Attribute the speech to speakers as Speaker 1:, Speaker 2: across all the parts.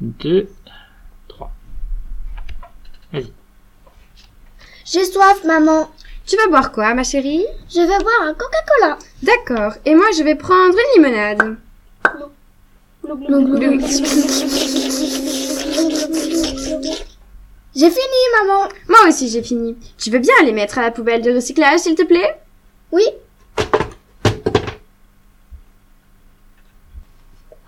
Speaker 1: 2, 3. Vas-y.
Speaker 2: J'ai soif, maman.
Speaker 3: Tu vas boire quoi, ma chérie
Speaker 2: Je veux boire un Coca-Cola.
Speaker 3: D'accord. Et moi, je vais prendre une limonade.
Speaker 2: J'ai fini, maman.
Speaker 3: Moi aussi, j'ai fini. Tu veux bien les mettre à la poubelle de recyclage, s'il te plaît
Speaker 2: Oui.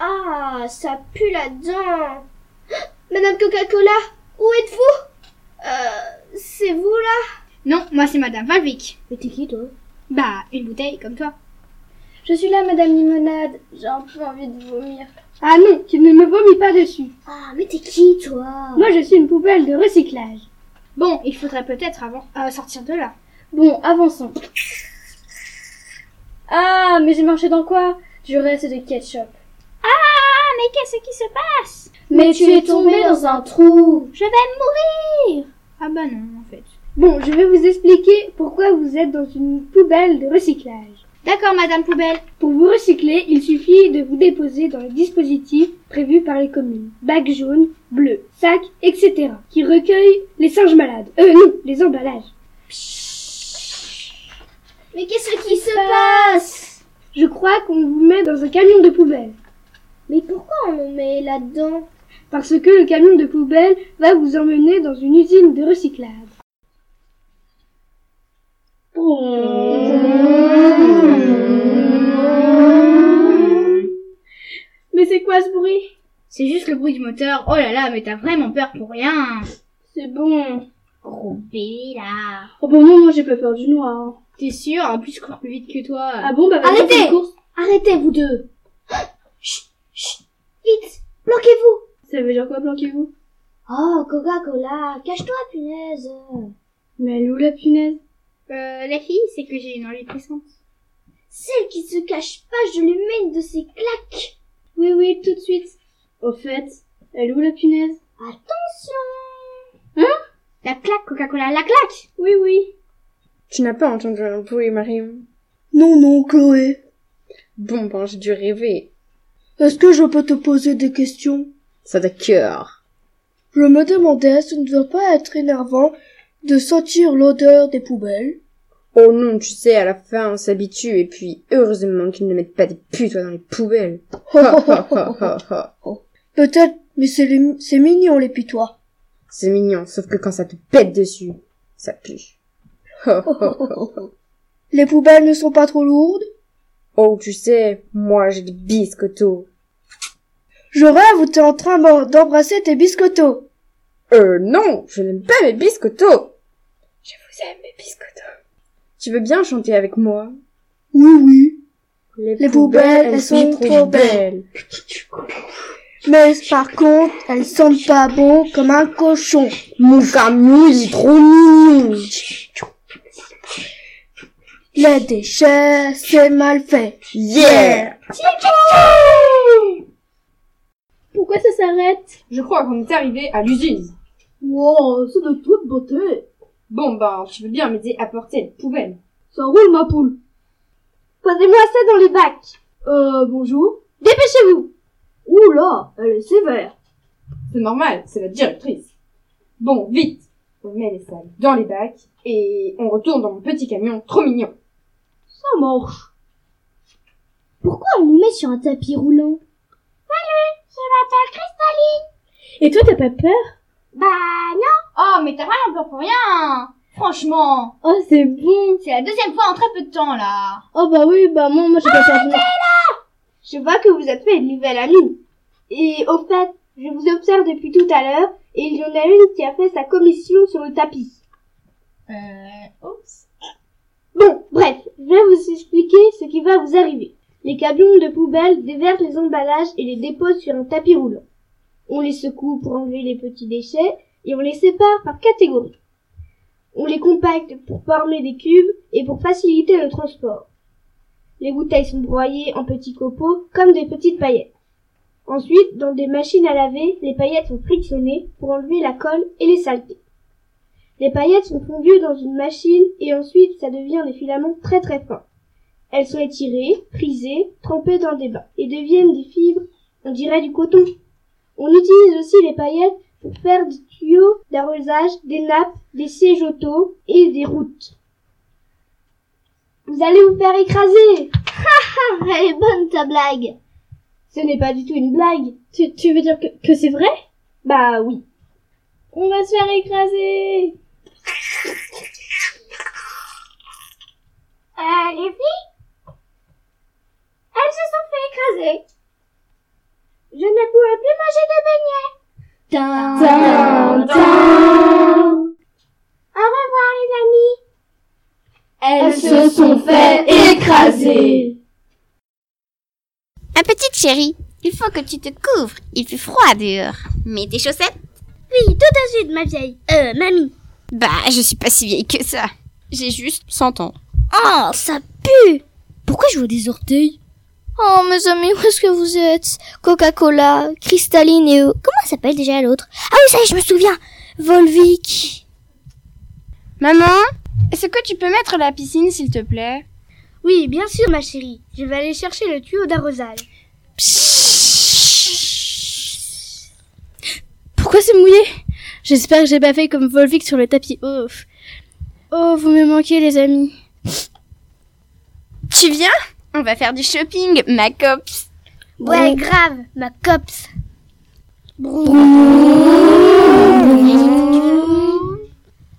Speaker 2: Ah, ça pue là-dedans. Madame Coca-Cola, où êtes-vous Euh, c'est vous là
Speaker 4: Non, moi c'est Madame Valvic.
Speaker 2: Mais t'es qui toi
Speaker 4: Bah, une bouteille comme toi.
Speaker 2: Je suis là, Madame Limonade. J'ai un peu envie de vomir.
Speaker 4: Ah non, tu ne me vomis pas dessus.
Speaker 2: Ah, mais t'es qui toi
Speaker 4: Moi je suis une poubelle de recyclage. Bon, il faudrait peut-être avant euh, sortir de là.
Speaker 2: Bon, avançons. Ah, mais j'ai marché dans quoi Du reste de ketchup.
Speaker 4: Ah mais qu'est-ce qui se passe
Speaker 2: Mais, tu es tombé dans un trou.
Speaker 4: Je vais mourir Ah bah non, en fait.
Speaker 5: Bon, je vais vous expliquer pourquoi vous êtes dans une poubelle de recyclage.
Speaker 4: D'accord, Madame Poubelle.
Speaker 5: Pour vous recycler, il suffit de vous déposer dans les dispositifs prévus par les communes. Bacs jaunes, bleus, sacs, etc. qui recueillent les singes malades. Euh non, les emballages.
Speaker 2: Mais qu'est-ce qui se passe
Speaker 5: Je crois qu'on vous met dans un camion de poubelle.
Speaker 2: Mais pourquoi on me met là-dedans
Speaker 5: Parce que le camion de poubelle va vous emmener dans une usine de recyclage. Mais c'est quoi ce bruit
Speaker 4: C'est juste le bruit du moteur. Oh là là, mais t'as vraiment peur pour rien.
Speaker 5: C'est bon.
Speaker 4: Gros bébé là.
Speaker 5: Oh bon, non, moi j'ai pas peur du noir. hein.
Speaker 4: T'es sûr En plus, je cours plus vite que toi.
Speaker 5: Ah bon, bah vas-y,
Speaker 2: Arrêtez
Speaker 5: fais une course.
Speaker 2: Arrêtez, vous deux Chut, chut, vite Bloquez-vous
Speaker 5: Ça veut dire quoi, planquez-vous
Speaker 2: Oh, Coca-Cola, cache-toi, punaise
Speaker 5: Mais elle est où la punaise
Speaker 4: Euh, la fille, c'est que j'ai une envie pressante.
Speaker 2: Celle qui se cache pas, je lui mets une de ses claques
Speaker 5: Oui, oui, tout de suite. Au fait, elle est où la punaise
Speaker 2: Attention
Speaker 4: Hein La claque, Coca-Cola, la claque
Speaker 5: Oui, oui.
Speaker 3: Tu n'as pas entendu un bruit, Marion
Speaker 6: Non, non, Chloé.
Speaker 3: Bon, ben, j'ai dû rêver.
Speaker 6: Est-ce que je peux te poser des questions
Speaker 3: Ça de cœur.
Speaker 6: Je me demandais, ce ne doit pas être énervant de sentir l'odeur des poubelles.
Speaker 3: Oh non, tu sais, à la fin, on s'habitue, et puis, heureusement qu'ils ne mettent pas des putois dans les poubelles. Ha, ha, ha, ha, ha.
Speaker 6: Peut-être, mais c'est les- c'est mignon les pitois.
Speaker 3: C'est mignon, sauf que quand ça te pète dessus, ça pue. Ha, ha, ha.
Speaker 6: Les poubelles ne sont pas trop lourdes.
Speaker 3: oh, tu sais, moi, j'ai des biscottos.
Speaker 6: Je rêve où t'es en train d'em- d'embrasser tes biscottos.
Speaker 3: Euh, non, je n'aime pas mes biscottos. Je vous aime, mes biscottos. Tu veux bien chanter avec moi
Speaker 6: Oui, oui. Les poubelles, elles sont trop belles. Mais par contre, elles sentent pas bon comme un cochon.
Speaker 3: Mon camion, il est trop mignon.
Speaker 6: Les déchets, c'est mal fait.
Speaker 3: Yeah
Speaker 5: Pourquoi ça s'arrête
Speaker 7: Je crois qu'on est arrivé à l'usine.
Speaker 5: Wow, c'est de toute beauté.
Speaker 7: Bon ben, tu veux bien m'aider à porter les poubelles.
Speaker 5: Ça roule ma poule. Posez-moi ça dans les bacs. Euh, bonjour. Dépêchez-vous. Ouh là, elle est sévère.
Speaker 7: C'est normal, c'est la directrice. Bon, vite On met les sacs dans les bacs et on retourne dans mon petit camion trop mignon.
Speaker 5: Ça marche.
Speaker 2: Pourquoi on nous met sur un tapis roulant
Speaker 5: Et toi, t'as pas peur
Speaker 4: Bah non Oh, mais t'as vraiment peur pour rien Franchement
Speaker 5: Oh, c'est bon.
Speaker 4: C'est la deuxième fois en très peu de temps là
Speaker 5: Oh bah oui, bah moi, moi j'ai pas peur.
Speaker 4: Je vois que vous avez fait une nouvelle amie. Et au fait, je vous observe depuis tout à l'heure et il y en a une qui a fait sa commission sur le tapis. Euh. Oups.
Speaker 5: Bon, bref, je vais vous expliquer ce qui va vous arriver. Les camions de poubelle déversent les emballages et les déposent sur un tapis roulant. On les secoue pour enlever les petits déchets et on les sépare par catégorie. On les compacte pour former des cubes et pour faciliter le transport. Les bouteilles sont broyées en petits copeaux comme des petites paillettes. Ensuite, dans des machines à laver, les paillettes sont frictionnées pour enlever la colle et les saletés. Les paillettes sont fondues dans une machine et ensuite ça devient des filaments très très fins. Elles sont étirées, prisées, trempées dans des bains et deviennent des fibres, on dirait du coton. On utilise utilise aussi les paillettes pour faire des tuyaux d'arrosage, des nappes, des sièges auto et des routes. Vous allez vous faire écraser
Speaker 8: Ah, elle est bonne ta blague.
Speaker 5: Ce n'est pas du tout une blague.
Speaker 9: Tu, tu veux dire que, que c'est vrai
Speaker 5: Bah oui.
Speaker 8: On va se faire écraser. Euh, les filles, elles se sont fait écraser. Je ne pourrai plus manger de beignets. Au revoir les amis.
Speaker 5: Elles se sont fait écraser.
Speaker 10: Ma petite chérie, il faut que tu te couvres. Il fait froid dehors. Mets tes chaussettes.
Speaker 8: Oui, tout de suite ma vieille. Euh, mamie.
Speaker 10: Bah, je suis pas si vieille que ça. J'ai juste 100 ans.
Speaker 9: Oh, ça pue Pourquoi je vois des orteils
Speaker 2: Oh, mes amis, où est-ce que vous êtes Coca-Cola, cristalline et... Comment elle s'appelle déjà l'autre Ah oui, ça y est, je me souviens Volvic.
Speaker 10: Maman, est-ce que tu peux mettre la piscine, s'il te plaît
Speaker 5: Oui, bien sûr, ma chérie. Je vais aller chercher le tuyau d'arrosage.
Speaker 9: Pourquoi c'est mouillé J'espère que j'ai pas fait comme Volvic sur le tapis. Oh, oh vous me manquez, les amis.
Speaker 10: Tu viens On va faire du shopping, ma copse.
Speaker 5: Ouais, grave, ma copse.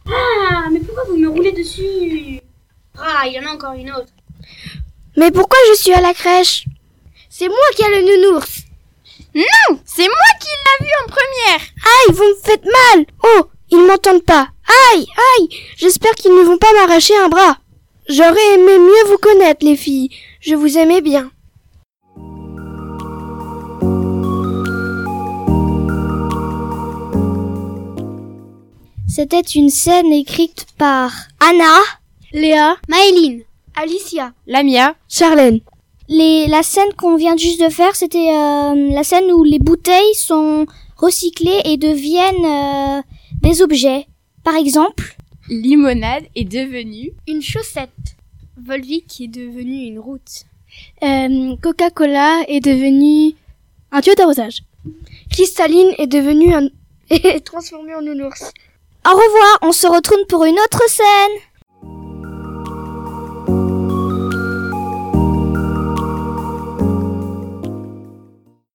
Speaker 8: Ah, mais pourquoi vous me roulez dessus Ah, il y en a encore une autre.
Speaker 2: Mais pourquoi je suis à la crèche
Speaker 5: C'est moi qui ai le nounours.
Speaker 10: Non, c'est moi qui l'a vu en première.
Speaker 2: Aïe, vous me faites mal Oh, ils m'entendent pas. Aïe, aïe J'espère qu'ils ne vont pas m'arracher un bras. J'aurais aimé mieux vous connaître, les filles. Je vous aimais bien.
Speaker 9: C'était une scène écrite par
Speaker 2: Anna,
Speaker 9: Léa.
Speaker 2: Maëline,
Speaker 5: Alicia.
Speaker 10: Lamia,
Speaker 2: Charlène. Les, la scène qu'on vient juste de faire, c'était euh, la scène où les bouteilles sont recyclées et deviennent euh, des objets. Par exemple,
Speaker 10: limonade est devenue.
Speaker 5: Une chaussette. Volvic est devenue une route.
Speaker 9: Euh, Coca-Cola est devenu un tuyau d'arrosage.
Speaker 2: cristalline est devenue un...
Speaker 5: Et transformée en nounours.
Speaker 2: Au revoir, on se retourne pour une autre scène.